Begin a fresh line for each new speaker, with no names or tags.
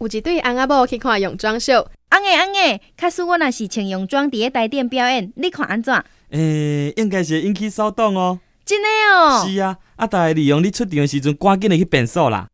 有一对翁仔某去看泳装秀，
昂诶昂诶，假使我若是穿泳装伫咧台顶表演，你看安怎？
诶、应该是会引起骚动哦。
真诶哦，
是啊，啊，大家利用你出场的时阵，赶紧的去变数啦。